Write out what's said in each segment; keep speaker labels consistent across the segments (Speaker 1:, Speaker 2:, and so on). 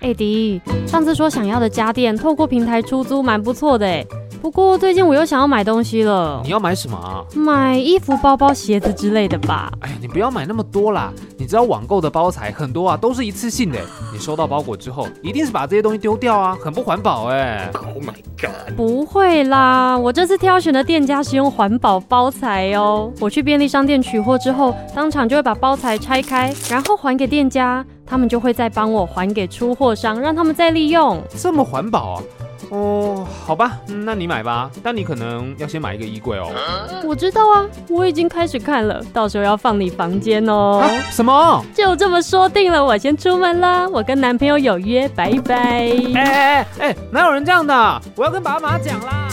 Speaker 1: 哎，迪，上次说想要的家电透过平台出租蛮不错的哎，不过最近我又想要买东西了
Speaker 2: 你，要买什么啊？
Speaker 1: 买衣服、包包、鞋子之类的吧。
Speaker 2: 哎呀，你不要买那么多啦！你知道网购的包材很多啊，都是一次性的。你收到包裹之后，一定是把这些东西丢掉啊，很不环保哎、
Speaker 1: 不会啦，我这次挑选的店家是用环保包材哦。我去便利商店取货之后，当场就会把包材拆开，然后还给店家，他们就会再帮我还给出货商，让他们再利用。
Speaker 2: 这么环保啊？哦，好吧，嗯那你买吧，但你可能要先买一个衣柜哦。
Speaker 1: 我知道啊，我已经开始看了，到时候要放你房间哦
Speaker 2: 啊。，什么？
Speaker 1: 就这么说定了，我先出门啦，我跟男朋友有约，拜拜。
Speaker 2: 哎哎哎哎，哪有人这样的？我要跟爸爸妈妈讲啦。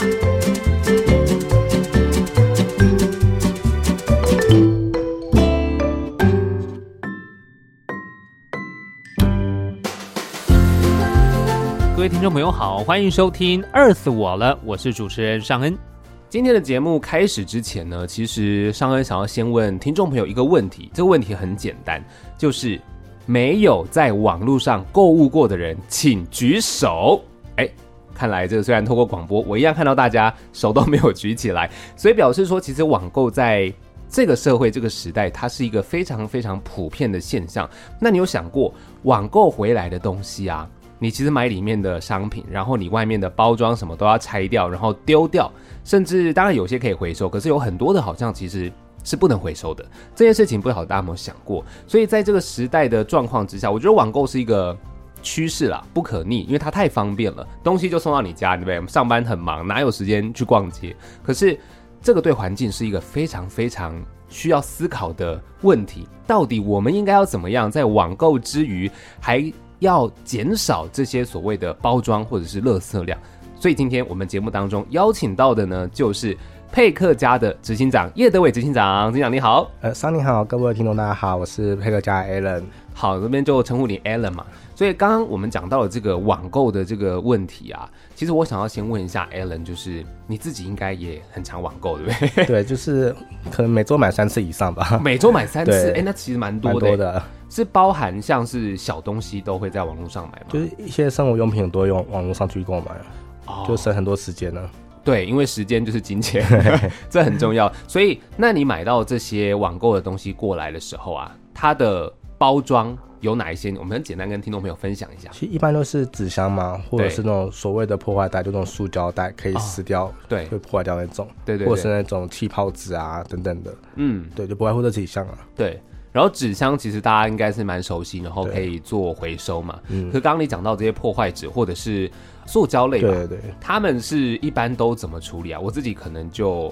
Speaker 2: 各位听众朋友好，欢迎收听《饿死我了》，我是主持人尚恩。
Speaker 3: 今天的节目开始之前呢，其实尚恩想要先问听众朋友一个问题，这个问题很简单，就是没有在网络上购物过的人，请举手。哎，看来这个虽然透过广播，我一样看到大家手都没有举起来，所以表示说，其实网购在这个社会这个时代，它是一个非常非常普遍的现象。那你有想过，网购回来的东西啊，你其实买里面的商品，然后你外面的包装什么都要拆掉，然后丢掉，甚至当然有些可以回收，可是有很多的好像其实。是不能回收的这件事情，不知道大家有没有想过？所以在这个时代的状况之下，我觉得网购是一个趋势啦，不可逆，因为它太方便了，东西就送到你家，对不对？我们上班很忙，哪有时间去逛街？可是这个对环境是一个非常非常需要思考的问题。到底我们应该要怎么样，在网购之余，还要减少这些所谓的包装或者是垃圾量？所以今天我们节目当中邀请到的呢，就是佩克家的执行长叶德伟执行长，执行长你好。
Speaker 4: 呃，桑尼好，各位听众大家好，我是佩克家 Alan。
Speaker 3: 好，这边就称呼你 Alan 嘛。所以刚刚我们讲到了这个网购的这个问题啊，其实我想要先问一下 Alan，就是你自己应该也很常网购，对不 对？
Speaker 4: 对，就是可能每周买三次以上吧，
Speaker 3: 每周买三次，
Speaker 4: 对
Speaker 3: 哎、那其实蛮
Speaker 4: 蛮
Speaker 3: 多的,、
Speaker 4: 多的，
Speaker 3: 是包含像是小东西都会在网络上买吗？
Speaker 4: 就是一些生活用品都用网络上去购买，
Speaker 3: 哦
Speaker 4: 就省很多时间了。
Speaker 3: 对，因为时间就是金 钱，这很重要。所以，那你买到这些网购的东西过来的时候啊，它的包装有哪一些？我们很简单跟听众朋友分享一下。
Speaker 4: 其实一般都是纸箱嘛，或者
Speaker 3: 对哦
Speaker 4: 是那种所谓的破坏袋，就那种塑胶袋可以撕掉，
Speaker 3: 对
Speaker 4: 会破坏掉那种，
Speaker 3: 对对
Speaker 4: 或者是
Speaker 3: 对，
Speaker 4: 那种气泡纸啊等等的，
Speaker 3: 嗯，
Speaker 4: 对，就不外乎这几项啊。
Speaker 3: 对。然后纸箱其实大家应该是蛮熟悉，然后
Speaker 4: 对
Speaker 3: 可以做回收嘛。
Speaker 4: 嗯
Speaker 3: 可刚刚你讲到这些破坏纸或者是塑胶类吧，
Speaker 4: 对对
Speaker 3: 他们是一般都怎么处理啊？我自己可能就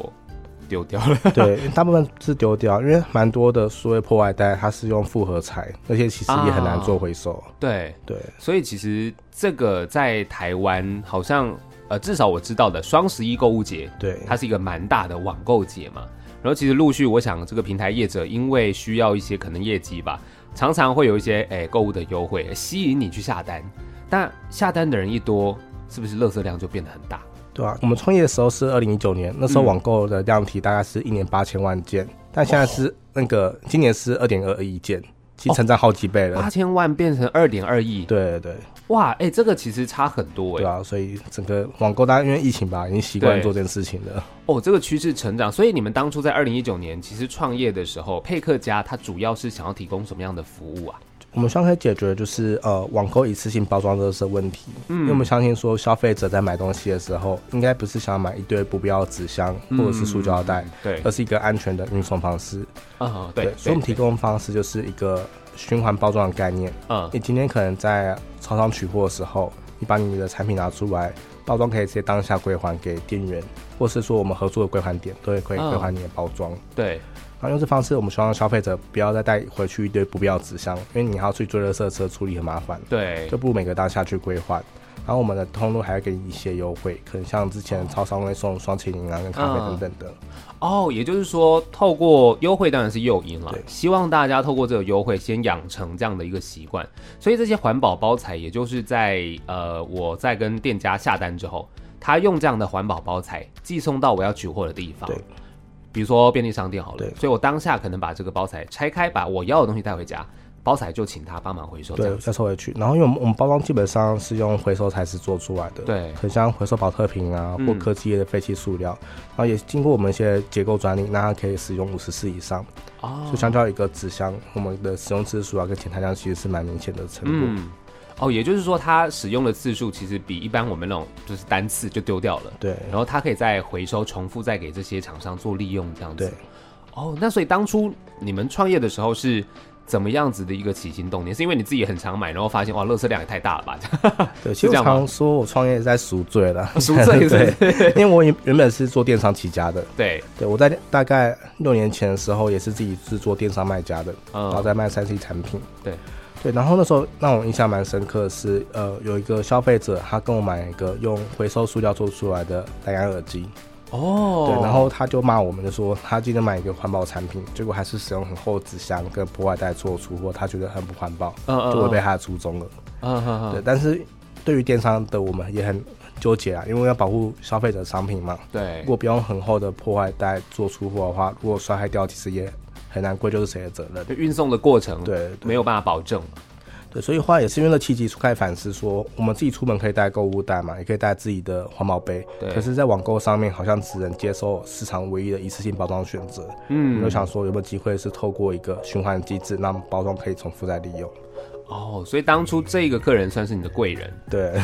Speaker 3: 丢掉 了。
Speaker 4: 对对，大部分是丢掉，因为蛮多的所谓破坏袋，它是用复合材，那些其实也很难
Speaker 3: 啊
Speaker 4: 做回收。
Speaker 3: 对，
Speaker 4: 对，
Speaker 3: 所以其实这个在台湾好像呃，至少我知道的双十一购物节，
Speaker 4: 对
Speaker 3: 它是一个蛮大的网购节嘛。然后其实陆续，我想这个平台业者因为需要一些可能业绩吧，常常会有一些哎购物的优惠吸引你去下单。但下单的人一多，是不是垃圾量就变得很大？
Speaker 4: 对啊，我们创业的时候是二零一九年，那时候
Speaker 3: 嗯
Speaker 4: 网购的量体大概是一年八千万件，但现在是那个
Speaker 3: 哦
Speaker 4: 今年是二点二亿件，其实成长好几倍了。
Speaker 3: 八千万变成二点二亿，
Speaker 4: 啊对对对，
Speaker 3: 哇，哎、这个其实差很多哎、
Speaker 4: 对啊，所以整个网购大家因为疫情吧，已经习惯
Speaker 3: 对
Speaker 4: 做这件事情了。
Speaker 3: 哦，这个趋势成长，所以你们当初在二零一九年其实创业的时候，佩克家它主要是想要提供什么样的服务啊？
Speaker 4: 我们希望可以解决就是呃网购一次性包装垃圾问题，
Speaker 3: 嗯
Speaker 4: 因为我们相信说消费者在买东西的时候，应该不是想买一堆不必要的纸箱或者是塑胶袋，
Speaker 3: 嗯对
Speaker 4: 而是一个安全的运送方式。
Speaker 3: 啊，对，
Speaker 4: 呃所以我们提
Speaker 3: 供
Speaker 4: 供的方式就是一个循环包装的概念。
Speaker 3: 嗯
Speaker 4: 你今天可能在超商取货的时候，你把你的产品拿出来，包装可以直接当下归还给店员，或是说我们合作的归还点都会可以
Speaker 3: 嗯
Speaker 4: 归还你的包装。
Speaker 3: 对，
Speaker 4: 然后用这方式，我们希望消费者不要再带回去一堆不必要的纸箱，因为你还要去追垃圾车处理很麻烦，
Speaker 3: 对
Speaker 4: 就，不如每个当下去归还。然后我们的通路还会给你一些优惠，可能像之前超商会送双麒麟啊、跟咖啡等等的。
Speaker 3: 哦，也就是说，透过优惠当然是诱因了
Speaker 4: 对，
Speaker 3: 希望大家透过这个优惠先养成这样的一个习惯。所以这些环保包材，也就是在呃，我在跟店家下单之后，他用这样的环保包材寄送到我要取货的地方
Speaker 4: 对。
Speaker 3: 比如说便利商店好了
Speaker 4: 对，
Speaker 3: 所以我当下可能把这个包材拆开，把我要的东西带回家，包材就请他帮忙回收这
Speaker 4: 对，
Speaker 3: 样子。
Speaker 4: 再收回去。然后因为我们我们包装基本上是用回收材质做出来的，
Speaker 3: 对
Speaker 4: 很像回收保特瓶啊
Speaker 3: 嗯
Speaker 4: 或科技业的废弃塑料，然后也经过我们一些结构专利，那它可以使用五十次以上，
Speaker 3: 哦
Speaker 4: 就相较一个纸箱，我们的使用次数啊跟前台量其实是蛮明显的成果。
Speaker 3: 嗯，哦，也就是说，它使用的次数其实比一般我们那种就是单次就丢掉了。
Speaker 4: 对
Speaker 3: 然后它可以再回收、重复，再给这些厂商做利用，这样子。
Speaker 4: 对。
Speaker 3: 哦，那所以当初你们创业的时候是怎么样子的一个起心动念？是因为你自己也很常买，然后发现哇，垃圾量也太大了吧？这样
Speaker 4: 对，其
Speaker 3: 是这
Speaker 4: 实我
Speaker 3: 样吗
Speaker 4: 常说我创业是在赎罪了，
Speaker 3: 赎罪是不 是
Speaker 4: 对，因为我原原本是做电商起家的，
Speaker 3: 对，
Speaker 4: 对我在大概六年前的时候也是自己是做电商卖家的，
Speaker 3: 嗯
Speaker 4: 然后在卖三 C 产品，
Speaker 3: 对
Speaker 4: 对，然后那时候让我印象蛮深刻的是，呃，有一个消费者他跟我买一个用回收塑料做出来的蓝牙耳机，
Speaker 3: 哦
Speaker 4: 对，然后他就骂我们，就说他今天买一个环保产品，结果还是使用很厚的纸箱跟破坏袋做出货，他觉得很不环保，
Speaker 3: 嗯嗯
Speaker 4: 就违背
Speaker 3: 嗯
Speaker 4: 他的初衷了。
Speaker 3: 嗯嗯
Speaker 4: 对，
Speaker 3: 嗯，
Speaker 4: 但是对于电商的我们也很纠结啊，因为要保护消费者的商品嘛。
Speaker 3: 对
Speaker 4: 如果不用很厚的破坏袋做出货的话，如果摔坏掉，其实也很难归咎是谁的责任。
Speaker 3: 就运送的过程
Speaker 4: 对对
Speaker 3: 没有办法保证。
Speaker 4: 对，所以后来也是因为那契机，开始反思说，我们自己出门可以带购物袋嘛，也可以带自己的环保杯。
Speaker 3: 对
Speaker 4: 可是，在网购上面，好像只能接受市场唯一的一次性包装选择。我们
Speaker 3: 嗯
Speaker 4: 就，想说，有没有机会是透过一个循环机制，让包装可以重复再利用？
Speaker 3: 哦，所以当初这个客人算是你的贵人。
Speaker 4: 对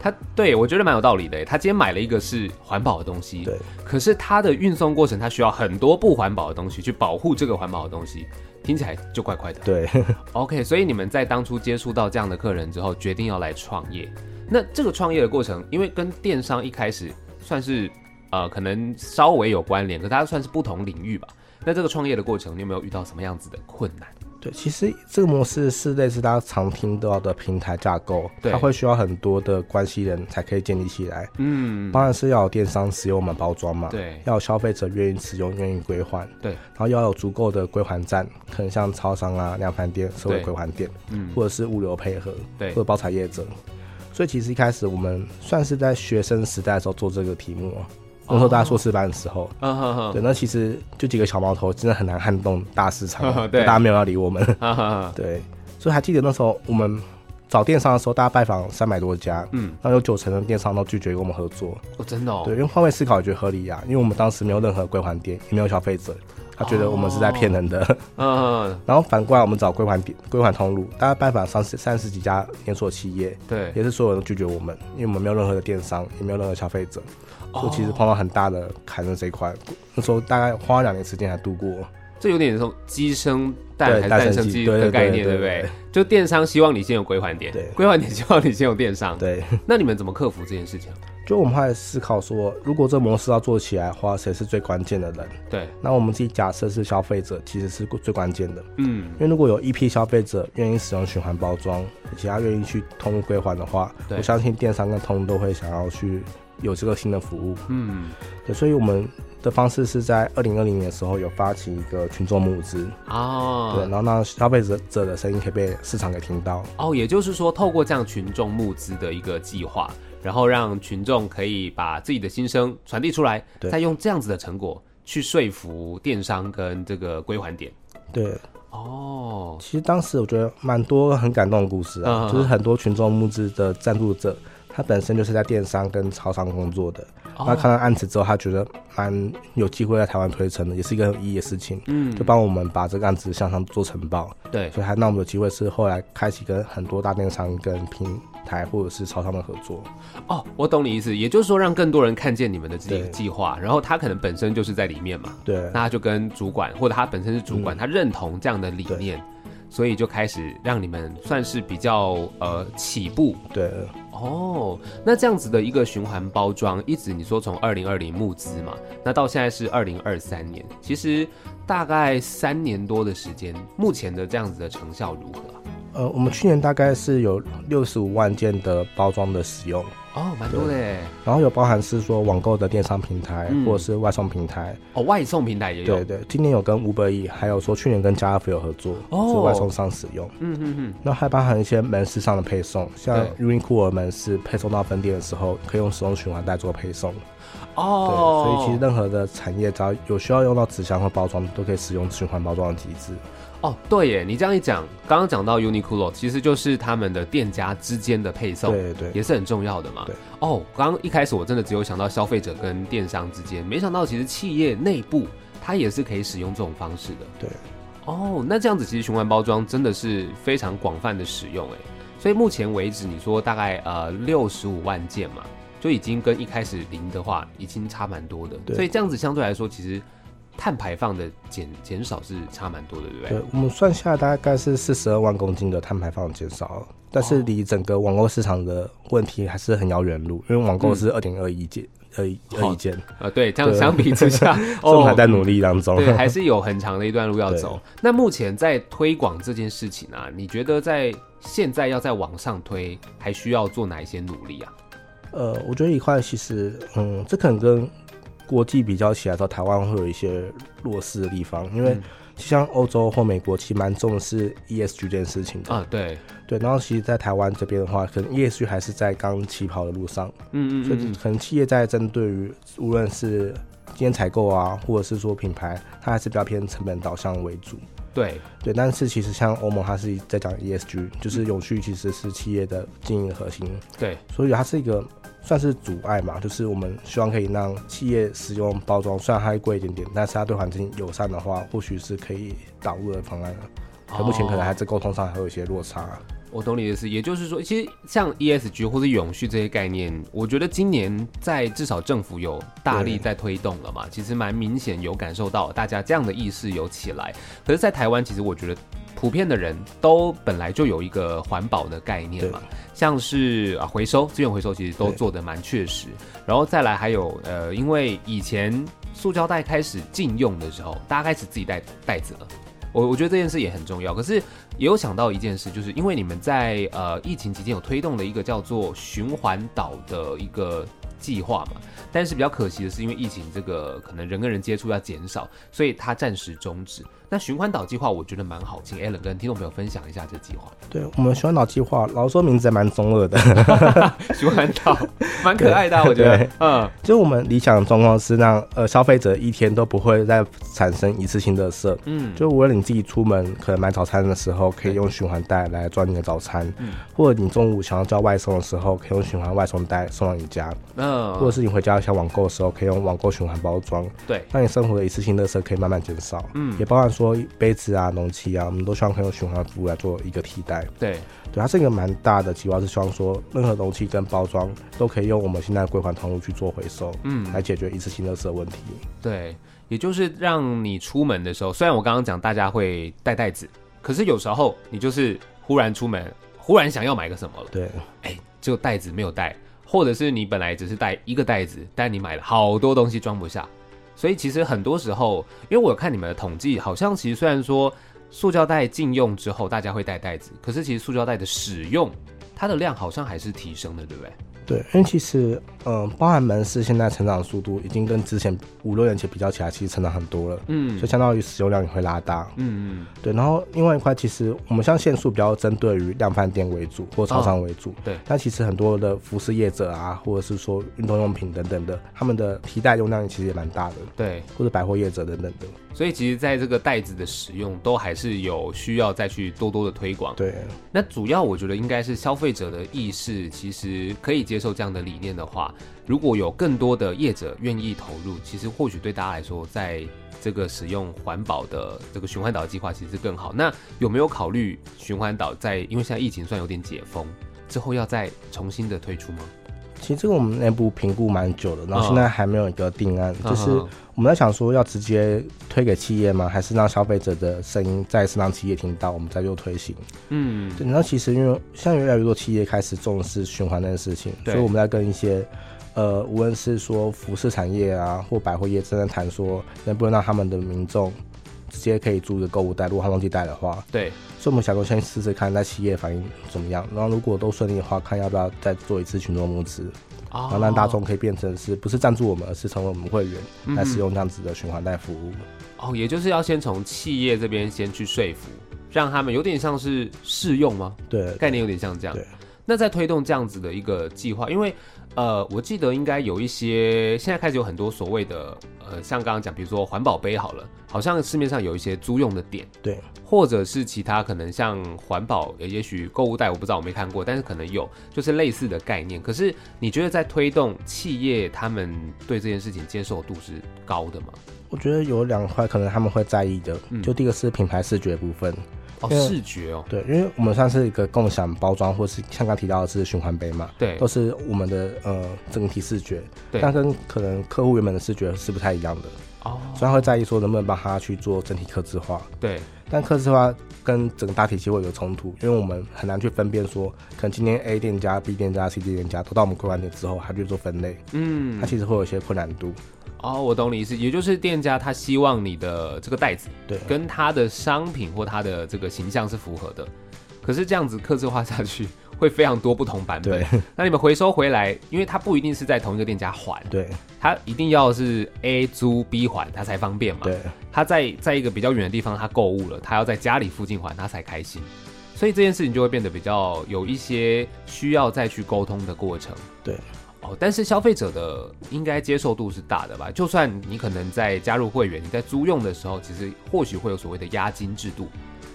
Speaker 3: 他对我觉得蛮有道理的耶。他今天买了一个是环保的东西，
Speaker 4: 对，
Speaker 3: 可是他的运送过程，他需要很多不环保的东西去保护这个环保的东西，听起来就怪怪的。
Speaker 4: 对。
Speaker 3: OK，所以你们在当初接触到这样的客人之后，决定要来创业。那这个创业的过程，因为跟电商一开始算是呃可能稍微有关联，可它算是不同领域吧。那这个创业的过程，你有没有遇到什么样子的困难？
Speaker 4: 对，其实这个模式是类似大家常听到的平台架构，
Speaker 3: 对
Speaker 4: 它会需要很多的关系人才可以建立起来。
Speaker 3: 嗯，
Speaker 4: 当然是要有电商使用我们包装嘛，
Speaker 3: 对
Speaker 4: 要有消费者愿意使用、愿意归还，
Speaker 3: 对，
Speaker 4: 然后要有足够的归还站，可能像超商啊、量贩店、社会
Speaker 3: 对
Speaker 4: 归还店，
Speaker 3: 嗯，
Speaker 4: 或者是物流配合，
Speaker 3: 对
Speaker 4: 或者包材业者。所以其实一开始我们算是在学生时代的时候做这个题目，哦
Speaker 3: 哦
Speaker 4: 那时候大家硕士班的时候，
Speaker 3: 嗯哼哼，
Speaker 4: 对，那其实就几个小毛头真的很难撼动大市场啊
Speaker 3: 对
Speaker 4: 就大家没有要理 我们。
Speaker 3: 哈哈哈，
Speaker 4: 对，所以还记得那时候我们找电商的时候，大家拜访三百多家，
Speaker 3: 嗯，
Speaker 4: 那有九成的电商都拒绝跟我们合作。
Speaker 3: 哦，真的哦，
Speaker 4: 对，因为换位思考也觉得合理呀、啊，因为我们当时没有任何归还点，也没有消费者，他觉得我们是在骗人的。
Speaker 3: 嗯哼哼，
Speaker 4: 然后反过来，我们找归还点、归还通路，大家拜访三十三十几家连锁企业，
Speaker 3: 对，
Speaker 4: 也是所有人都拒绝我们，因为我们没有任何的电商，也没有任何消费者，所以其实碰到很大的坎的这一块。那时候大概花了两年时间才度过。
Speaker 3: 这有点像鸡生蛋还
Speaker 4: 对
Speaker 3: 是
Speaker 4: 蛋
Speaker 3: 蛋生
Speaker 4: 生鸡
Speaker 3: 鸡
Speaker 4: 对
Speaker 3: 的
Speaker 4: 对
Speaker 3: 概
Speaker 4: 对
Speaker 3: 念，
Speaker 4: 对
Speaker 3: 对不对
Speaker 4: 对？
Speaker 3: 就电商希望你先有归还点
Speaker 4: 对，
Speaker 3: 归还点希望你先有电商。
Speaker 4: 对，
Speaker 3: 那你们怎么克服这件事情？
Speaker 4: 就我们还思考说，如果这模式要做起来的话，谁是最关键的人？
Speaker 3: 对，
Speaker 4: 那我们自己假设是消费者，其实是最关键的，
Speaker 3: 嗯
Speaker 4: 因，为如果有一批消费者愿意使用循环包装，以及他愿意去通路归还的话，
Speaker 3: 对
Speaker 4: 我相信电商跟通路都会想要去有这个新的服务。
Speaker 3: 嗯，
Speaker 4: 对，所以我们的方式是在二零二零年的时候有发起一个群众募资，对，
Speaker 3: 哦，
Speaker 4: 然后让消费者者的声音可以被市场给听到。
Speaker 3: 哦，也就是说，透过这样群众募资的一个计划，然后让群众可以把自己的心声传递出来，
Speaker 4: 对
Speaker 3: 再用这样子的成果去说服电商跟这个归还点。
Speaker 4: 对，
Speaker 3: 哦，
Speaker 4: 其实当时我觉得蛮多很感动的故事啊，
Speaker 3: 嗯
Speaker 4: 就是很多群众募资的赞助者，他本身就是在电商跟超商工作的，那、看到案子之后，他觉得蛮有机会在台湾推成的，也是一个很有意义的事情，
Speaker 3: 嗯
Speaker 4: 就帮我们把这个案子向上做呈报，
Speaker 3: 对，
Speaker 4: 所以还让我们有机会是后来开启跟很多大电商跟平台或者是超商的合作，
Speaker 3: 哦，我懂你意思，也就是说让更多人看见你们的这个
Speaker 4: 对
Speaker 3: 计划，然后他可能本身就是在里面嘛，
Speaker 4: 对
Speaker 3: 那，他就跟主管或者他本身是主
Speaker 4: 嗯
Speaker 3: 管，他认同这样的理念，所以就开始让你们算是比较呃起步
Speaker 4: 对，
Speaker 3: 哦。那这样子的一个循环包装，一直你说从二零二零募资嘛，那到现在是二零二三年，其实大概三年多的时间，目前的这样子的成效如何啊？
Speaker 4: 呃，我们去年大概是有六十五万件的包装的使用。
Speaker 3: 哦，蛮多的耶
Speaker 4: 然后有包含是说网购的电商平台、
Speaker 3: 嗯
Speaker 4: 或者是外送平台，
Speaker 3: 哦，外送平台也有，
Speaker 4: 对对，今年有跟五百亿，还有说去年跟家乐福有合作，
Speaker 3: 哦
Speaker 4: 是外送上使用。
Speaker 3: 嗯嗯嗯，
Speaker 4: 那还包含一些门市上的配送，像
Speaker 3: 对
Speaker 4: Uniqlo 的门市配送到分店的时候，可以用使用循环袋做配送。对，
Speaker 3: 哦，
Speaker 4: 所以其实任何的产业只要有需要用到纸箱和包装，都可以使用循环包装的机制。
Speaker 3: 哦，对耶，你这样一讲，刚刚讲到 Uniqlo，其实就是他们的店家之间的配送，
Speaker 4: 对对
Speaker 3: 也是很重要的嘛
Speaker 4: 对。
Speaker 3: 哦，刚刚一开始我真的只有想到消费者跟电商之间，没想到其实企业内部它也是可以使用这种方式的。
Speaker 4: 对，
Speaker 3: 哦，那这样子其实循环包装真的是非常广泛的使用，哎，所以目前为止你说大概呃六十五万件嘛，就已经跟一开始零的话已经差蛮多的，
Speaker 4: 对
Speaker 3: 所以这样子相对来说其实。碳排放的减减少是差蛮多的，对不
Speaker 4: 对，我们算下来大概是四十二万公斤的碳排放减少，但
Speaker 3: 哦
Speaker 4: 是离整个网购市场的问题还是很遥远路，因为网购是二点二亿件，二一二
Speaker 3: 好
Speaker 4: 亿件，
Speaker 3: 呃，对，这样
Speaker 4: 对，
Speaker 3: 相比之下 哦
Speaker 4: 这我还在努力当中。
Speaker 3: 对，还是有很长的一段路要走。那目前在推广这件事情啊，你觉得在现在要在往上推，还需要做哪一些努力啊？
Speaker 4: 呃，我觉得一块其实，嗯，这可能跟国际比较起来的话，台湾会有一些弱势的地方，因为
Speaker 3: 嗯
Speaker 4: 像欧洲或美国，其实蛮重视 ESG 这件事情的。
Speaker 3: 啊，对，
Speaker 4: 对，然后其实，在台湾这边的话，可能 ESG 还是在刚起跑的路上，
Speaker 3: 嗯嗯
Speaker 4: 所以
Speaker 3: 嗯，
Speaker 4: 可能企业在针对于无论是今天采购啊，或者是说品牌，它还是比较偏成本导向为主。
Speaker 3: 对，
Speaker 4: 对，但是其实像欧盟，它是在讲 ESG，就是
Speaker 3: 嗯
Speaker 4: 永续其实是企业的经营核心，
Speaker 3: 对，
Speaker 4: 所以它是一个算是阻碍嘛，就是我们希望可以让企业使用包装，虽然它会贵一点点，但是它对环境友善的话，或许是可以导入的方案。可目前可能还在沟通上还会有一些落差。
Speaker 3: 我懂你的意思，也就是说，其实像 ESG 或是永续这些概念，我觉得今年在至少政府有大力
Speaker 4: 对
Speaker 3: 在推动了嘛，其实蛮明显有感受到大家这样的意识有起来。可是，在台湾，其实我觉得普遍的人都本来就有一个环保的概念嘛，像是啊回收资源回收，其实都
Speaker 4: 对
Speaker 3: 做得蛮确实。然后再来还有呃，因为以前塑胶袋开始禁用的时候，大家开始自己带袋子了。我我觉得这件事也很重要，可是也有想到一件事，就是因为你们在呃疫情期间有推动了一个叫做循环岛的一个计划嘛，但是比较可惜的是，因为疫情这个可能人跟人接触要减少，所以它暂时终止。那循环岛计划我觉得蛮好，请 Alan 跟听众朋友分享一下这计划。
Speaker 4: 对我们循环岛计划，老实说名字还蛮中 二的，
Speaker 3: 循环岛蛮可爱的啊、
Speaker 4: 对
Speaker 3: 我觉得
Speaker 4: 对，
Speaker 3: 嗯，
Speaker 4: 就我们理想的状况是让呃消费者一天都不会再产生一次性的色，
Speaker 3: 嗯
Speaker 4: 就无论你自己出门可能买早餐的时候，可以用循环袋来装你的早餐，
Speaker 3: 嗯
Speaker 4: 或者你中午想要叫外送的时候，可以用循环外送袋送到你家，
Speaker 3: 嗯，
Speaker 4: 或者是你回家想网购的时候，可以用网购循环包装，
Speaker 3: 对，
Speaker 4: 让你生活的一次性垃圾可以慢慢减少。
Speaker 3: 嗯
Speaker 4: 也包含说杯子啊、容器啊，我们都希望可以用循环服务来做一个替代。
Speaker 3: 对，
Speaker 4: 对，它是一个蛮大的计划，是希望说任何容器跟包装都可以用我们现在的归还通路去做回收，
Speaker 3: 嗯
Speaker 4: 来解决一次性垃圾的问题。
Speaker 3: 对，也就是让你出门的时候，虽然我刚刚讲大家会带袋子，可是有时候你就是忽然出门，忽然想要买个什么了，
Speaker 4: 对
Speaker 3: 哎，就袋子没有带，或者是你本来只是带一个袋子，但你买了好多东西装不下，所以其实很多时候，因为我有看你们的统计，好像其实虽然说塑胶袋禁用之后大家会带袋子，可是其实塑胶袋的使用它的量好像还是提升的，对不对？
Speaker 4: 对，因为其实，嗯、包含门市现在成长速度已经跟之前五六年前比较起来，其实成长很多了，
Speaker 3: 嗯
Speaker 4: 所以相当于使用量也会拉大。
Speaker 3: 嗯嗯，
Speaker 4: 对，然后另外一块，其实我们像限速比较针对于量贩店为主或超商为主，
Speaker 3: 嗯对
Speaker 4: 但其实很多的服饰业者啊，或者是说运动用品等等的，他们的替代用量其实也蛮大的，
Speaker 3: 对，
Speaker 4: 或者百货业者等等的。
Speaker 3: 所以其实在这个袋子的使用都还是有需要再去多多的推广。
Speaker 4: 对，
Speaker 3: 那主要我觉得应该是消费者的意识，其实可以接受这样的理念的话，如果有更多的业者愿意投入，其实或许对大家来说，在这个使用环保的这个循环岛计划其实更好。那有没有考虑循环岛在因为现在疫情算有点解封之后要再重新的推出吗？
Speaker 4: 其实这个我们内部评估蛮久的，然后现在还没有一个定案，就
Speaker 3: 嗯
Speaker 4: 是
Speaker 3: 嗯哼
Speaker 4: 我们在想说要直接推给企业吗？还是让消费者的声音再次让企业听到，我们再做推行？
Speaker 3: 嗯，
Speaker 4: 对，然后其实因为现在越来越多企业开始重视循环这件事情，
Speaker 3: 对
Speaker 4: 所以我们在跟一些呃，无论是说服饰产业啊，或百货业，正在谈说能不能让他们的民众直接可以租一个购物袋，如果他忘记带的话，
Speaker 3: 对，
Speaker 4: 所以我们想说先试试看在企业反应怎么样，然后如果都顺利的话，看要不要再做一次群众募资，
Speaker 3: 啊
Speaker 4: 然后让大众可以变成是不是赞助我们，而是成为我们会员
Speaker 3: 嗯
Speaker 4: 来使用这样子的循环袋服务。
Speaker 3: 哦，也就是要先从企业这边先去说服，让他们有点像是试用吗？
Speaker 4: 对，
Speaker 3: 概念有点像这样
Speaker 4: 对。
Speaker 3: 那在推动这样子的一个计划，因为呃，我记得应该有一些现在开始有很多所谓的呃，像刚刚讲，比如说环保杯好了，好像市面上有一些租用的点，
Speaker 4: 对，
Speaker 3: 或者是其他可能像环保，呃也许购物袋我不知道我没看过，但是可能有就是类似的概念。可是你觉得在推动企业他们对这件事情接受度是高的吗？
Speaker 4: 我觉得有两块可能他们会在意的，
Speaker 3: 嗯
Speaker 4: 就第一个是品牌视觉部分，
Speaker 3: 哦，
Speaker 4: 嗯
Speaker 3: 视觉哦，
Speaker 4: 对，因为我们算是一个共享包装，或是像刚提到的是循环杯嘛，
Speaker 3: 对
Speaker 4: 都是我们的呃整体视觉，
Speaker 3: 对
Speaker 4: 但跟可能客户原本的视觉是不太一样的，
Speaker 3: 哦，
Speaker 4: 所以他会在意说能不能帮他去做整体客制化，
Speaker 3: 对，
Speaker 4: 但客制化跟整个大体系会有冲突，因为我们很难去分辨说，可能今天 A 店家、B 店家、C 店家都到我们柜完点之后，他去做分类，
Speaker 3: 嗯
Speaker 4: 它，其实会有一些困难度，
Speaker 3: 哦，我懂你意思，也就是店家他希望你的这个袋子
Speaker 4: 对，
Speaker 3: 跟他的商品或他的这个形象是符合的，可是这样子刻制化下去会非常多不同版本
Speaker 4: 对。
Speaker 3: 那你们回收回来，因为它不一定是在同一个店家还，
Speaker 4: 对
Speaker 3: 它一定要是 A 租 B 还，它才方便嘛。
Speaker 4: 对
Speaker 3: 他在在一个比较远的地方，他购物了，他要在家里附近还，他才开心。所以这件事情就会变得比较有一些需要再去沟通的过程。
Speaker 4: 对，
Speaker 3: 哦，但是消费者的应该接受度是大的吧？就算你可能在加入会员，你在租用的时候，其实或许会有所谓的押金制度，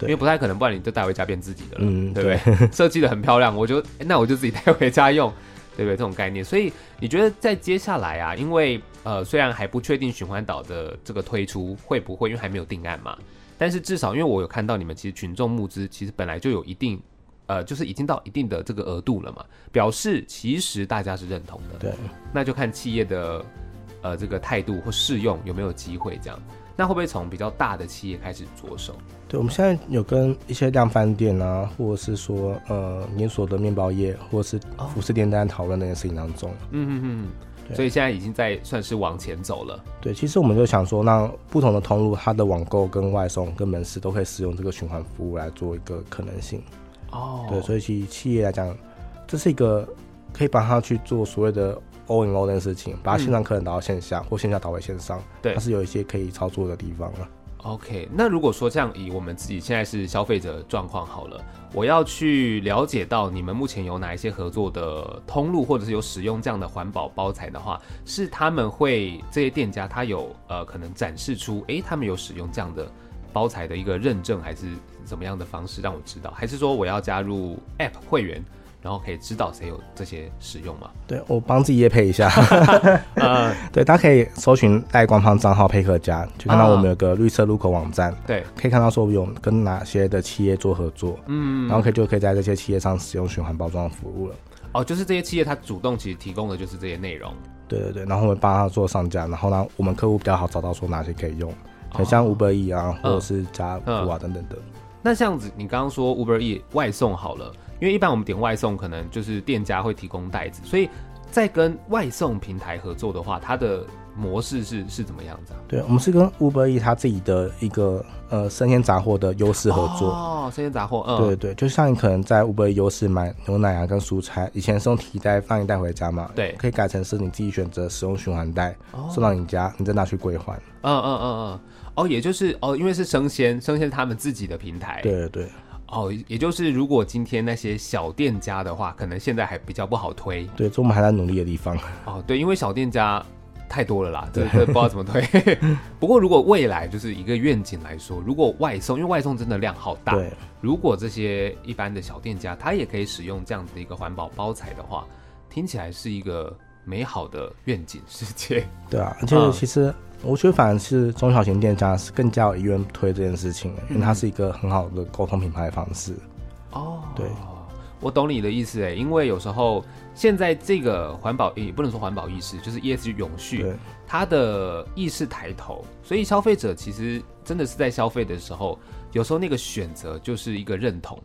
Speaker 3: 因
Speaker 4: 对
Speaker 3: 为不太可能，不然你就带回家变自己的了，
Speaker 4: 嗯
Speaker 3: 对不 对？设计的很漂亮，我就诶那我就自己带回家用，对不对？这种概念，所以你觉得在接下来啊，因为呃虽然还不确定循环岛的这个推出会不会，因为还没有定案嘛，但是至少因为我有看到你们其实群众募资其实本来就有一定。呃，就是已经到一定的这个额度了嘛，表示其实大家是认同的。
Speaker 4: 对。
Speaker 3: 那就看企业的呃这个态度或试用有没有机会这样。那会不会从比较大的企业开始着手？
Speaker 4: 对，我们现在有跟一些量贩店啊，或者是说呃连锁的面包业，或者是
Speaker 3: 哦
Speaker 4: 服饰店在讨论那件事情当中。
Speaker 3: 嗯嗯嗯。
Speaker 4: 对
Speaker 3: 所以现在已经在算是往前走了。
Speaker 4: 对，其实我们就想说，让不同的通路，它的网购跟外送跟门市都可以使用这个循环服务来做一个可能性。
Speaker 3: 哦
Speaker 4: 对，所以其实企业来讲，这是一个可以帮他去做所谓的 O in O 的事情，把它线上客人导到线下，或线下导回线上，
Speaker 3: 嗯对
Speaker 4: 它是有一些可以操作的地方啊了。
Speaker 3: OK，那如果说这样，以我们自己现在是消费者状况好了，我要去了解到你们目前有哪一些合作的通路，或者是有使用这样的环保包材的话，是他们会这些店家他有呃可能展示出，诶，他们有使用这样的包材的一个认证，还是怎么样的方式让我知道？还是说我要加入 App 会员，然后可以知道谁有这些使用吗？
Speaker 4: 对我帮自己业配一下。
Speaker 3: 呃，
Speaker 4: 对，大家可以搜寻带官方账号“配客家”，就看到我们有个绿色入口网站，
Speaker 3: 对，
Speaker 4: 可以看到说我们有跟哪些的企业做合作，嗯，然后可以就可以在这些企业上使用循环包装服务了。
Speaker 3: 哦，就是这些企业它主动其实提供的就是这些内容。
Speaker 4: 对对对，然后我们帮他做上架，然后呢，我们客户比较好找到说哪些可以用，很像 Uber E 啊，或者是加
Speaker 3: 嗯
Speaker 4: 五啊等等的。
Speaker 3: 那这样子，你刚刚说 Uber E 外送好了，因为一般我们点外送，可能就是店家会提供袋子，所以在跟外送平台合作的话，它的模式是是怎么样子啊？
Speaker 4: 对，我们是跟 Uber E 他自己的一个呃生鲜杂货的优势合作。
Speaker 3: 哦，生鲜杂货，嗯，
Speaker 4: 对对，就像你可能在 Uber 优势买牛奶啊跟蔬菜，以前是用提袋让你带回家嘛，
Speaker 3: 对
Speaker 4: 可以改成是你自己选择使用循环袋、
Speaker 3: 哦
Speaker 4: 送到你家，你再拿去归还。
Speaker 3: 嗯嗯嗯嗯，哦，也就是哦，因为是生鲜，生鲜是他们自己的平台，
Speaker 4: 对，对对
Speaker 3: 哦，也就是如果今天那些小店家的话，可能现在还比较不好推，
Speaker 4: 对，这我们还在努力的地方。
Speaker 3: 哦，对，因为小店家太多了啦，这这不知道怎么推。 不过如果未来就是一个愿景来说，如果外送，因为外送真的量好大，
Speaker 4: 对，
Speaker 3: 如果这些一般的小店家他也可以使用这样子的一个环保包材的话，听起来是一个美好的愿景世界。
Speaker 4: 对啊，而且
Speaker 3: 嗯
Speaker 4: 其实我觉得反而是中小型店家是更加有意愿推这件事情，
Speaker 3: 嗯
Speaker 4: 因为它是一个很好的沟通品牌方式。
Speaker 3: 哦，
Speaker 4: 对，
Speaker 3: 我懂你的意思哎，因为有时候现在这个环保也不能说环保意识，就是 ESG 永续，
Speaker 4: 对
Speaker 3: 它的意识抬头，所以消费者其实真的是在消费的时候，有时候那个选择就是一个认同。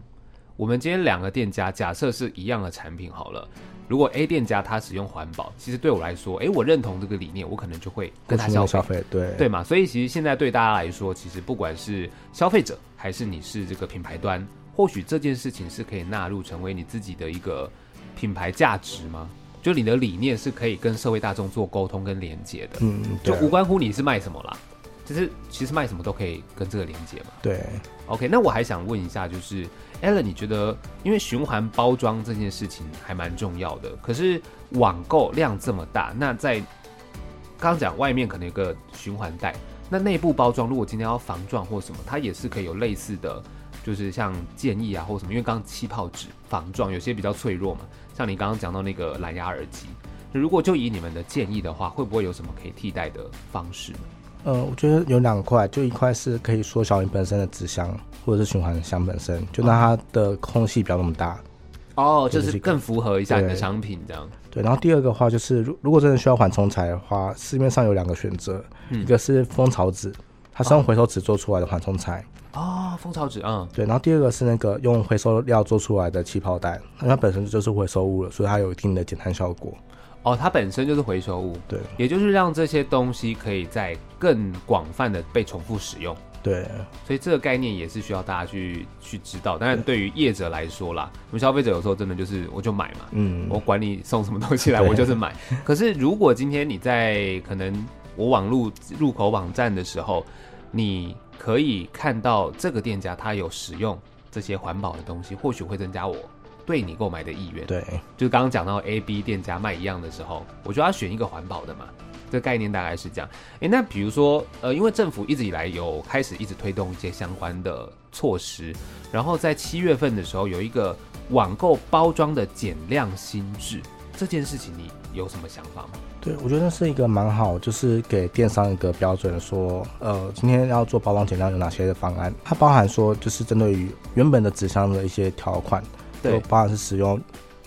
Speaker 3: 我们今天两个店家假设是一样的产品好了，如果 A 店家他使用环保，其实对我来说，诶，我认同这个理念，我可能就会跟他
Speaker 4: 不是因
Speaker 3: 消
Speaker 4: 为
Speaker 3: 费
Speaker 4: 消。费，对
Speaker 3: 对嘛？所以其实现在对大家来说，其实不管是消费者还是你是这个品牌端，或许这件事情是可以纳入成为你自己的一个品牌价值吗？就你的理念是可以跟社会大众做沟通跟连接的，
Speaker 4: 嗯，
Speaker 3: 就
Speaker 4: 对啊
Speaker 3: 无关乎你是卖什么啦，就是其实卖什么都可以跟这个连接嘛。
Speaker 4: 对。
Speaker 3: OK，那我还想问一下，就是 Alan，你觉得因为循环包装这件事情还蛮重要的，可是网购量这么大，那在刚刚讲外面可能有个循环袋，那内部包装如果今天要防撞或什么，它也是可以有类似的，就是像建议啊或什么，因为刚刚气泡纸防撞有些比较脆弱嘛，像你刚刚讲到那个蓝牙耳机，如果就以你们的建议的话，会不会有什么可以替代的方式呢？
Speaker 4: 呃，我觉得有两块，就一块是可以缩小你本身的纸箱或者是循环箱本身，就让它的空隙不要那么大。
Speaker 3: 哦，就
Speaker 4: 这
Speaker 3: 是
Speaker 4: 是一个
Speaker 3: 更符合一下你的
Speaker 4: 对
Speaker 3: 商品这样。
Speaker 4: 对，然后第二个话就是，如如果真的需要缓冲材的话，市面上有两个选择，一个是蜂巢纸，它是用回收纸做出来的缓冲材，
Speaker 3: 哦，蜂巢纸，嗯，
Speaker 4: 对，然后第二个是那个用回收料做出来的气泡袋，那它本身就是回收物了，所以它有一定的减碳效果。
Speaker 3: 哦，它本身就是回收物，
Speaker 4: 对
Speaker 3: 也就是让这些东西可以在更广泛的被重复使用，
Speaker 4: 对
Speaker 3: 所以这个概念也是需要大家去去知道。当然，对于业者来说啦，我们消费者有时候真的就是我就买嘛，
Speaker 4: 嗯
Speaker 3: 我管你送什么东西来，
Speaker 4: 对
Speaker 3: 我就是买。可是如果今天你在可能我网路入口网站的时候，你可以看到这个店家他有使用这些环保的东西，或许会增加我对你购买的意愿。
Speaker 4: 对
Speaker 3: 就是刚刚讲到 A、B 店家卖一样的时候，我就要选一个环保的嘛。这个概念大概是这样。诶，那比如说，呃，因为政府一直以来有开始一直推动一些相关的措施，然后在七月份的时候有一个网购包装的减量新制，这件事情你有什么想法吗？
Speaker 4: 对，我觉得是一个蛮好，就是给电商一个标准说呃，今天要做包装减量有哪些的方案，它包含说就是针对于原本的纸箱的一些条款，
Speaker 3: 对
Speaker 4: 就包含是使用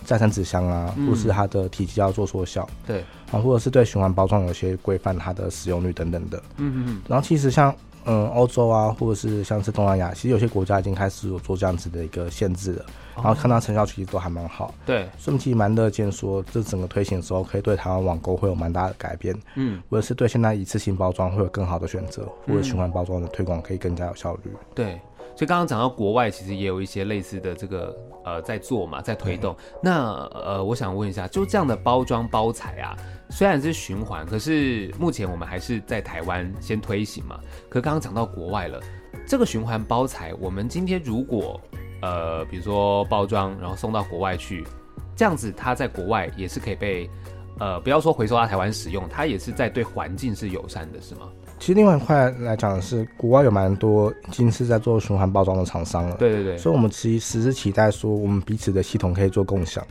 Speaker 4: 再生纸箱啊，
Speaker 3: 嗯
Speaker 4: 或是它的体积要做缩小。
Speaker 3: 对，
Speaker 4: 啊，或者是对循环包装有些规范，它的使用率等等的。
Speaker 3: 嗯嗯
Speaker 4: 然后其实像嗯欧洲啊，或者是像是东南亚，其实有些国家已经开始有做这样子的一个限制了。
Speaker 3: 哦
Speaker 4: 然后看到成效其实都还蛮好，
Speaker 3: 对，
Speaker 4: 所以我们其实蛮乐见说，这整个推行的时候，可以对台湾网购会有蛮大的改变，
Speaker 3: 嗯，
Speaker 4: 或者是对现在一次性包装会有更好的选择，或者循环包装的推广可以更加有效率。
Speaker 3: 对。所以刚刚讲到国外，其实也有一些类似的这个呃在做嘛，在推动。
Speaker 4: 嗯
Speaker 3: 那呃，我想问一下，就这样的包装包材啊，虽然是循环，可是目前我们还是在台湾先推行嘛。可刚刚讲到国外了，这个循环包材，我们今天如果呃，比如说包装，然后送到国外去，这样子它在国外也是可以被呃，不要说回收到台湾使用，它也是在对环境是友善的，是吗？
Speaker 4: 其实另外一块来讲的是，国外有蛮多已经是在做循环包装的厂商了。
Speaker 3: 对对对，
Speaker 4: 所以，我们其实是期待说，我们彼此的系统可以做共享。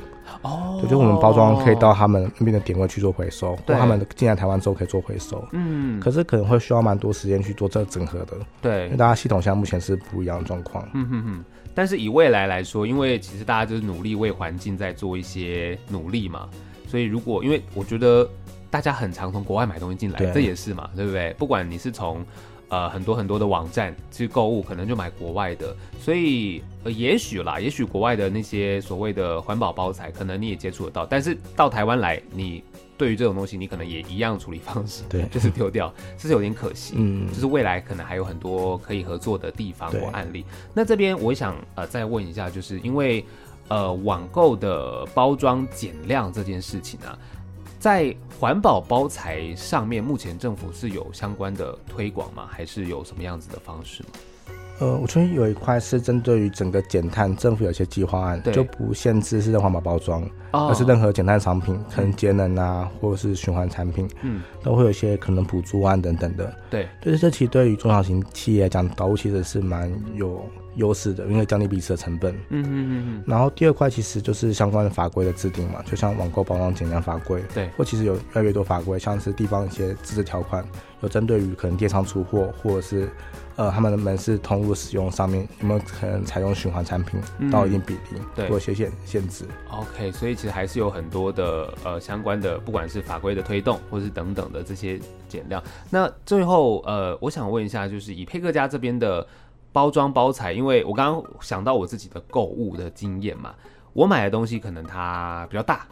Speaker 3: 哦
Speaker 4: 对，就我们包装可以到他们那边的点位去做回收，或
Speaker 3: 对
Speaker 4: 他们进来台湾之后可以做回收。
Speaker 3: 嗯，
Speaker 4: 可是可能会需要蛮多时间去做这整合的，
Speaker 3: 对
Speaker 4: 因为，大家系统现在目前是不一样的状况。
Speaker 3: 嗯哼哼。但是以未来来说，因为其实大家就是努力为环境在做一些努力嘛，所以如果因为我觉得大家很常从国外买东西进来，
Speaker 4: 对
Speaker 3: 这也是嘛，对不对？不管你是从呃很多很多的网站去购物，可能就买国外的，所以呃也许啦，也许国外的那些所谓的环保包材，可能你也接触得到，但是到台湾来，你对于这种东西，你可能也一样处理方式，
Speaker 4: 对
Speaker 3: 就是丢掉，这是有点可惜。
Speaker 4: 嗯
Speaker 3: 就是未来可能还有很多可以合作的地方
Speaker 4: 对
Speaker 3: 或案例。那这边我想呃再问一下，就是因为呃网购的包装减量这件事情啊，在环保包材上面，目前政府是有相关的推广吗？还是有什么样子的方式吗？
Speaker 4: 呃，我觉得有一块是针对于整个减碳，政府有一些计划案
Speaker 3: 对
Speaker 4: 就不限制是环保包装，
Speaker 3: 哦
Speaker 4: 而是任何减碳商品，可能节能啊，或者是循环产品，
Speaker 3: 嗯，
Speaker 4: 都会有一些可能补助案等等的。
Speaker 3: 对，
Speaker 4: 就是这其实对于中小型企业来讲，导入其实是蛮有优势的，因为降低彼此的成本。
Speaker 3: 嗯嗯嗯
Speaker 4: 然后第二块其实就是相关的法规的制定嘛，就像网购包装减量法规，
Speaker 3: 对
Speaker 4: 或其实有越来越多法规，像是地方一些自治条款，有针对于可能电商出货或者是呃他们的门市通路使用上面有没有可能采用循环产品
Speaker 3: 嗯
Speaker 4: 到一定比例，
Speaker 3: 对
Speaker 4: 有一些限限制，
Speaker 3: ，OK，所以其实还是有很多的呃相关的，不管是法规的推动，或是等等的这些减量。那最后呃，我想问一下，就是以佩克家这边的包装包材，因为我刚刚想到我自己的购物的经验嘛，我买的东西可能它比较大，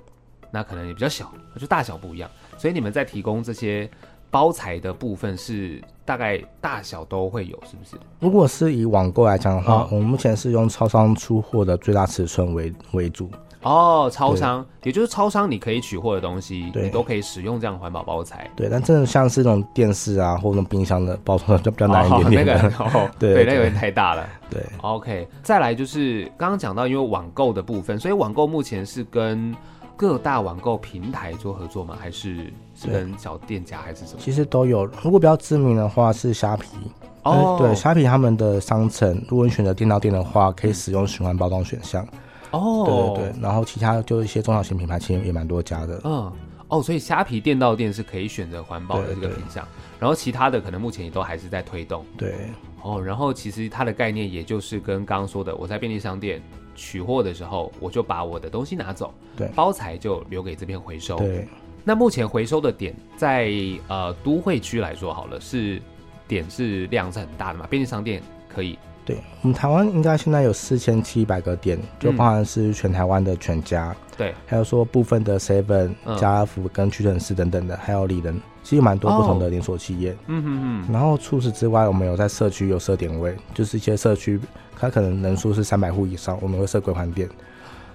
Speaker 3: 那可能也比较小，就大小不一样，所以你们在提供这些包材的部分是大概大小都会有，是不是？
Speaker 4: 如果是以网购来讲的话，
Speaker 3: 嗯
Speaker 4: 我们目前是用超商出货的最大尺寸为为主，
Speaker 3: 哦，超商，也就是超商你可以取货的东西，
Speaker 4: 对
Speaker 3: 你都可以使用这样环保包材。
Speaker 4: 对，但真的像是那种电视啊或者那种冰箱的包装就比较难一点点
Speaker 3: 哦
Speaker 4: 的，
Speaker 3: 那个哦
Speaker 4: 对
Speaker 3: 对，
Speaker 4: 对
Speaker 3: 那有点太大了。
Speaker 4: 对。
Speaker 3: OK，再来就是刚刚讲到，因为网购的部分，所以网购目前是跟各大网购平台做合作吗？还是是跟小店家还是什么？
Speaker 4: 其实都有，如果比较知名的话是虾皮，
Speaker 3: 哦
Speaker 4: 呃对，虾皮他们的商城，如果你选择电到店的话，可以使用循环包装选项，
Speaker 3: 哦，
Speaker 4: 对对对。然后其他就是一些中小型品牌，其实也蛮多家的，
Speaker 3: 嗯，哦，所以虾皮店到店是可以选择环保的这个
Speaker 4: 对对
Speaker 3: 品项，然后其他的可能目前也都还是在推动。
Speaker 4: 对
Speaker 3: 哦，然后其实它的概念也就是跟刚刚说的，我在便利商店取货的时候，我就把我的东西拿走，
Speaker 4: 对
Speaker 3: 包材就留给这边回收。
Speaker 4: 对。
Speaker 3: 那目前回收的点在呃都会区来说好了，是点是量是很大的嘛，便利商店可以
Speaker 4: 对我们台湾应该现在有四千七百个点，就
Speaker 3: 嗯
Speaker 4: 包含是全台湾的全家，
Speaker 3: 对，
Speaker 4: 还有说部分的 Seven
Speaker 3: 嗯、
Speaker 4: 家乐福跟屈臣氏等等的，还有里仁，其实蛮多不同的连锁企业。
Speaker 3: 嗯哼
Speaker 4: 然后除此之外，我们有在社区有设点位，就是一些社区，它可能人数是三百户以上，我们会设归还点。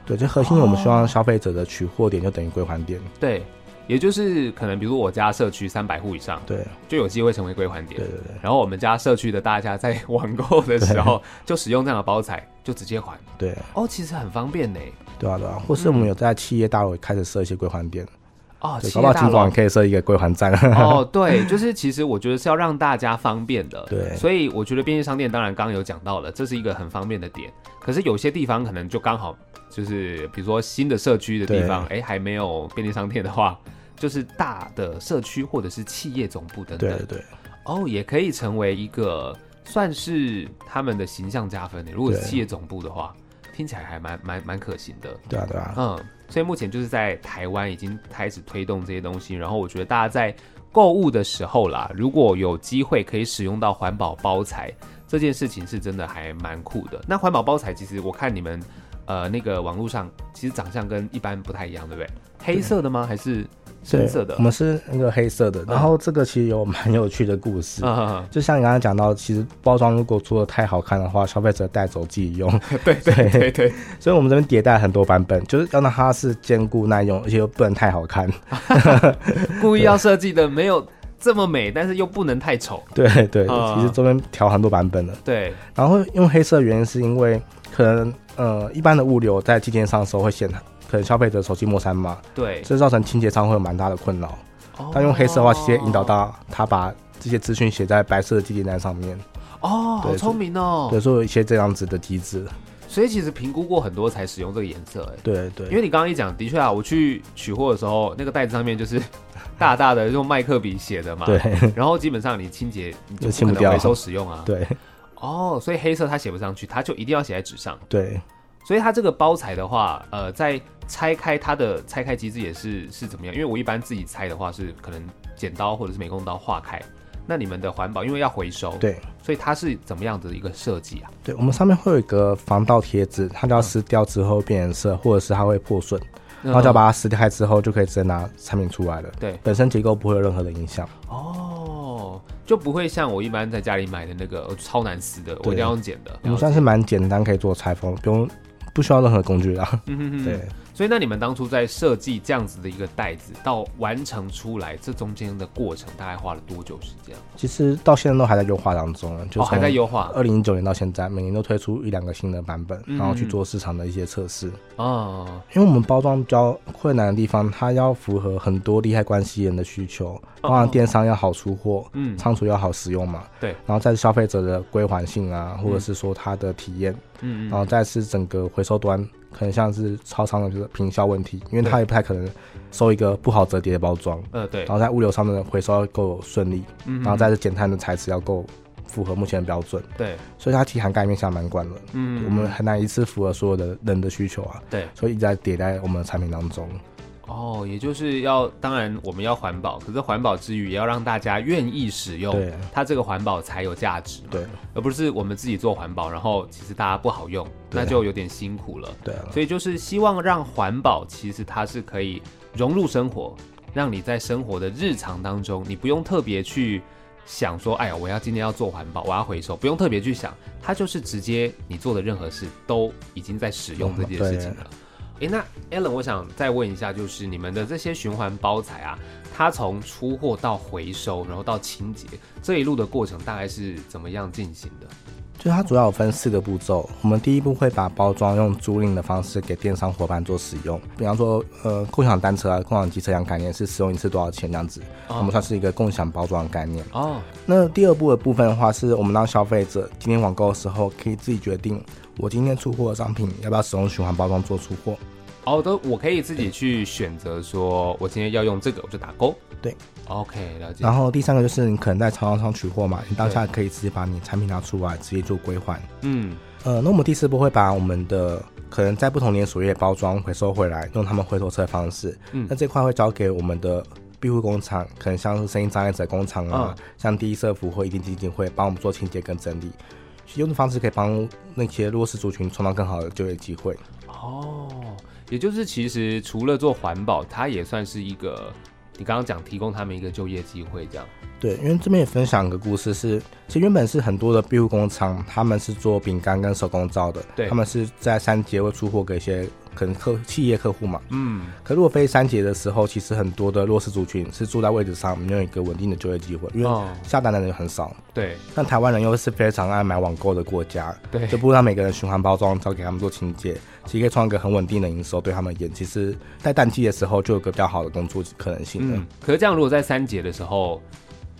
Speaker 4: 对，就核心我们希望消费者的取货点就等于归还点。
Speaker 3: 哼，对，也就是可能比如我家社区三百户以上，
Speaker 4: 对，
Speaker 3: 就有机会成为归还点
Speaker 4: 对。对对，
Speaker 3: 然后我们家社区的大家在网购的时候，就使用这样的包材，就直接还。
Speaker 4: 对
Speaker 3: 哦，其实很方便呢。
Speaker 4: 对啊对啊，或是我们有在企业大楼也开始设一些归还点，
Speaker 3: 哦，
Speaker 4: 对，
Speaker 3: 企
Speaker 4: 搞不好
Speaker 3: 业
Speaker 4: 尽
Speaker 3: 大
Speaker 4: 管
Speaker 3: 楼
Speaker 4: 也可以设一个归还站。
Speaker 3: 哦，对，就是其实我觉得是要让大家方便的，
Speaker 4: 对
Speaker 3: 所以我觉得便利商店当然刚刚有讲到了，这是一个很方便的点。可是有些地方可能就刚好就是，比如说新的社区的地方，哎，还没有便利商店的话，就是大的社区或者是企业总部等
Speaker 4: 对
Speaker 3: 等
Speaker 4: 对，对，
Speaker 3: 哦，也可以成为一个算是他们的形象加分的。如果是
Speaker 4: 对
Speaker 3: 企业总部的话，听起来还蛮蛮蛮可行的。
Speaker 4: 对啊对啊，
Speaker 3: 嗯，所以目前就是在台湾已经开始推动这些东西，然后我觉得大家在购物的时候啦，如果有机会可以使用到环保包材，这件事情是真的还蛮酷的。那环保包材其实我看你们呃那个网络上其实长相跟一般不太一样，对不对？黑色的吗？还是深色的
Speaker 4: 对我？们是那个黑色的。然后这个其实有蛮有趣的故 事。
Speaker 3: 嗯，
Speaker 4: 就像你刚刚讲到，其实包装如果做的太好看的话，消费者带走自己用，
Speaker 3: 对对对对，
Speaker 4: 所以我们这边迭代很多版本，就是要让它是兼顾耐用，而且又不能太好看。
Speaker 3: 故意要设计的没有这么美，但是又不能太丑。
Speaker 4: 对对，
Speaker 3: 啊
Speaker 4: 其实这边调很多版本了。
Speaker 3: 对，
Speaker 4: 然后用黑色的原因是因为可能呃一般的物流在寄件上的时候会显，可能消费者手机末三码，
Speaker 3: 对，
Speaker 4: 这造成清洁上会有蛮大的困扰。
Speaker 3: 哦
Speaker 4: 但用黑色的话，直接引导到他把这些资讯写在白色的寄件单上面，
Speaker 3: 哦，好
Speaker 4: 对
Speaker 3: 聪明哦
Speaker 4: 对，。所以有一些这样子的机制。
Speaker 3: 所以其实评估过很多才使用这个颜色，哎，
Speaker 4: 对对，
Speaker 3: 因为你刚刚一讲，的确啊，我去取货的时候，那个袋子上面就是 大大的用麦克笔写的嘛，
Speaker 4: 对，
Speaker 3: 然后基本上你清洁你就
Speaker 4: 就清
Speaker 3: 不
Speaker 4: 不
Speaker 3: 可能
Speaker 4: 掉
Speaker 3: 回收使用啊，
Speaker 4: 对
Speaker 3: 哦，所以黑色它写不上去，它就一定要写在纸上，
Speaker 4: 对。
Speaker 3: 所以它这个包材的话，呃，在拆开它的拆开机制也是是怎么样？因为我一般自己拆的话是可能剪刀或者是美工刀划开，那你们的环保因为要回收，，
Speaker 4: 对
Speaker 3: 所以它是怎么样的一个设计啊？
Speaker 4: 对，我们上面会有一个防盗贴纸，它只要撕掉之后变颜色，或者是它会破损，
Speaker 3: 嗯
Speaker 4: 然后只要把它撕开之后，就可以直接拿产品出来了。
Speaker 3: 对
Speaker 4: 本身结构不会有任何的影响。
Speaker 3: 哦，就不会像我一般在家里买的那个呃超难撕的，我
Speaker 4: 对
Speaker 3: 一定要用剪的。
Speaker 4: 我们算是蛮简单，可以做拆封，不用不需要任何工具啦。
Speaker 3: 嗯哼哼
Speaker 4: 对，，
Speaker 3: 所以那你们当初在设计这样子的一个袋子，到完成出来，这中间的过程大概花了多久时间？
Speaker 4: 其实到现在都还在优化当中了，就
Speaker 3: 哦，还在优化
Speaker 4: 二零一九年到现在，每年都推出一两个新的版本，
Speaker 3: 嗯
Speaker 4: 然后去做市场的一些测试。
Speaker 3: 哦，
Speaker 4: 因为我们包装比较困难的地方，它要符合很多利害关系人的需求，包含电商要好出货，
Speaker 3: 哦嗯，
Speaker 4: 仓储要好使用嘛，
Speaker 3: 对，
Speaker 4: 然后再是消费者的归还性啊，或者是说它的体验，
Speaker 3: 嗯
Speaker 4: 然后再是整个回收端，可能像是超商的就是平销问题，因为它也不太可能收一个不好折叠的包装，
Speaker 3: 呃，对
Speaker 4: 然，后在物流上的回收要够顺利，
Speaker 3: 嗯哼
Speaker 4: 然后再是减碳的材质要够符合目前的标准，
Speaker 3: 对，
Speaker 4: 所以它其实涵盖面向蛮广的，
Speaker 3: 嗯
Speaker 4: 我们很难一次符合所有的人的需求啊，
Speaker 3: 对，
Speaker 4: 所以一直在迭代我们的产品当中，
Speaker 3: 哦，也就是要，当然我们要环保，可是环保之余也要让大家愿意使用，
Speaker 4: 对
Speaker 3: 它这个环保才有价值嘛，
Speaker 4: 对
Speaker 3: 而不是我们自己做环保，然后其实大家不好用，
Speaker 4: 对
Speaker 3: 那就有点辛苦了。
Speaker 4: 对啊，
Speaker 3: 所以就是希望让环保其实它是可以融入生活，让你在生活的日常当中，你不用特别去想说，哎呀，我要今天要做环保，我要回收，不用特别去想，它就是直接你做的任何事都已经在使用这件事情了。诶，那 Alan，我想再问一下，就是你们的这些循环包材啊，它从出货到回收，然后到清洁这一路的过程，大概是怎么样进行的？
Speaker 4: 就是它主要有分四个步骤。我们第一步会把包装用租赁的方式给电商伙伴做使用，比方说，呃，共享单车啊、共享机车一样概念是使用一次多少钱这样子，我们算是一个共享包装的概念。
Speaker 3: 哦，
Speaker 4: 那第二步的部分的话，是我们让消费者今天网购的时候可以自己决定，我今天出货的商品要不要使用循环包装做出货。
Speaker 3: 哦，都我可以自己去选择，说我今天要用这个，我就打勾。
Speaker 4: 对
Speaker 3: ，OK，了解。
Speaker 4: 然后第三个就是你可能在超商上取货嘛，你当下可以直接把你产品拿出来，直接做归还。
Speaker 3: 嗯，
Speaker 4: 呃，那我们第四步会把我们的可能在不同连锁业包装回收回来，用他们回收车的方式。
Speaker 3: 嗯
Speaker 4: 那这块会交给我们的庇护工厂，可能像是声音障碍者工厂啊，
Speaker 3: 嗯
Speaker 4: 像第一社福或一定基金会帮我们做清洁跟整理。用的方式可以帮那些弱势族群创造更好的就业机会。
Speaker 3: 哦，也就是其实除了做环保，它也算是一个你刚刚讲提供他们一个就业机会这样。
Speaker 4: 对，因为这边也分享一个故事是，其实原本是很多的庇护工厂，他们是做饼干跟手工皂的，
Speaker 3: 对
Speaker 4: 他们是在三节会出货给一些可能客企业客户嘛，
Speaker 3: 嗯，
Speaker 4: 可如果非三节的时候，其实很多的弱势族群是住在位置上没有一个稳定的就业机会，因为
Speaker 3: 哦，
Speaker 4: 下单的人很少。
Speaker 3: 对
Speaker 4: 但台湾人又是非常爱买网购的国家，
Speaker 3: 对
Speaker 4: 就不让每个人循环包装，交给他们做清洁，其实可以创一个很稳定的营收，对他们而言，其实在淡季的时候就有个比较好的工作可能性的。
Speaker 3: 嗯，可是这样如果在三节的时候。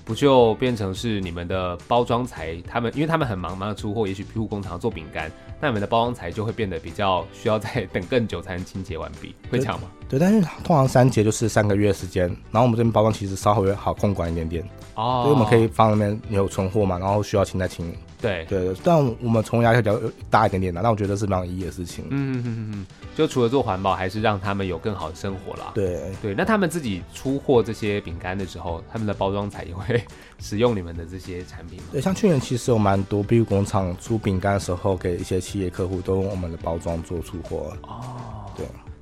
Speaker 3: 不就变成是你们的包装材？他们因为他们很忙，忙着出货，也许庇护工厂做饼干，那你们的包装材就会变得比较需要再等更久才能清洁完毕，会这样吗？
Speaker 4: 对，但是通常三节就是三个月的时间，然后我们这边包装其实稍微好控管一点点，
Speaker 3: 哦
Speaker 4: 所以我们可以放那边有存货嘛，然后需要清再清。
Speaker 3: 对
Speaker 4: 对，但我们从压力比较大一点点的，但我觉得是蛮有意义的事情。
Speaker 3: 嗯嗯嗯嗯，就除了做环保，还是让他们有更好的生活啦。
Speaker 4: 对，
Speaker 3: 对，那他们自己出货这些饼干的时候，他们的包装材也会使用你们的这些产品吗？
Speaker 4: 对，像去年其实有蛮多庇护工厂出饼干的时候，给一些企业客户都用我们的包装做出货。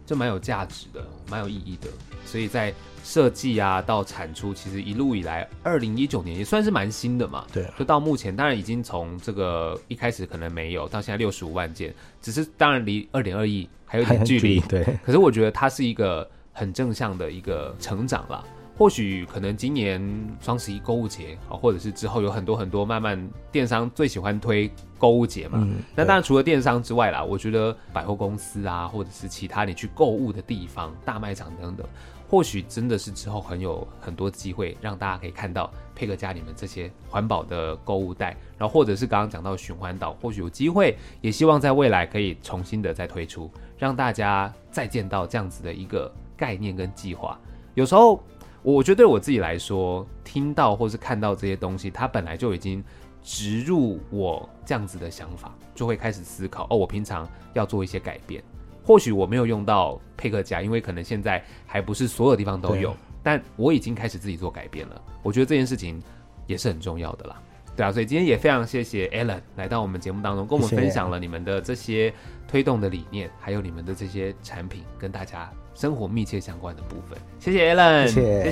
Speaker 3: 这蛮有价值的，蛮有意义的。所以在设计啊到产出，其实一路以来，二零一九年也算是蛮新的嘛。
Speaker 4: 对
Speaker 3: 就到目前，当然已经从这个一开始可能没有，到现在六十五万件，只是当然离二点二亿还有一点距离。
Speaker 4: 对，
Speaker 3: 可是我觉得它是一个很正向的一个成长啦。或许可能今年双十一购物节啊，或者是之后有很多很多慢慢电商最喜欢推购物节嘛。
Speaker 4: 嗯，
Speaker 3: 那当然除了电商之外啦，我觉得百货公司啊，或者是其他你去购物的地方、大卖场等等，或许真的是之后很有很多机会让大家可以看到配合家你们这些环保的购物袋，然后或者是刚刚讲到循环岛，或许有机会，也希望在未来可以重新的再推出，让大家再见到这样子的一个概念跟计划。有时候我我觉得对我自己来说，听到或是看到这些东西，它本来就已经植入我这样子的想法，就会开始思考哦，我平常要做一些改变。或许我没有用到配克夹，因为可能现在还不是所有地方都有
Speaker 4: 对，
Speaker 3: 但我已经开始自己做改变了。我觉得这件事情也是很重要的啦。对啊，所以今天也非常谢谢 Alan 来到我们节目当中，跟我们
Speaker 4: 谢谢
Speaker 3: 分享了你们的这些推动的理念，还有你们的这些产品跟大家生活密切相关的部分。谢谢 Alan，
Speaker 4: 谢
Speaker 3: 谢
Speaker 4: 谢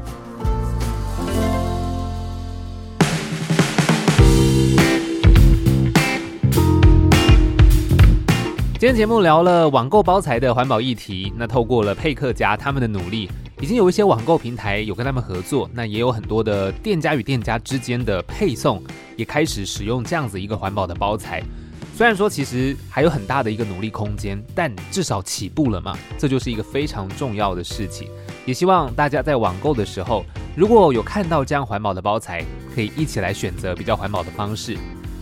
Speaker 3: 谢今天节目聊了网购包材的环保议题，那透过了佩克家他们的努力，已经有一些网购平台有跟他们合作，那也有很多的店家与店家之间的配送也开始使用这样子一个环保的包材。虽然说其实还有很大的一个努力空间，但至少起步了嘛，这就是一个非常重要的事情。也希望大家在网购的时候，如果有看到这样环保的包材，可以一起来选择比较环保的方式。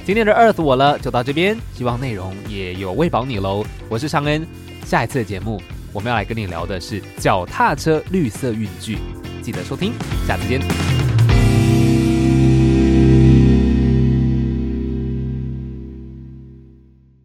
Speaker 3: 今天的 Earth 我了就到这边，希望内容也有喂饱你喽。我是尚恩，下一次的节目我们要来跟你聊的是脚踏车绿色运具，记得收听，下次见，拜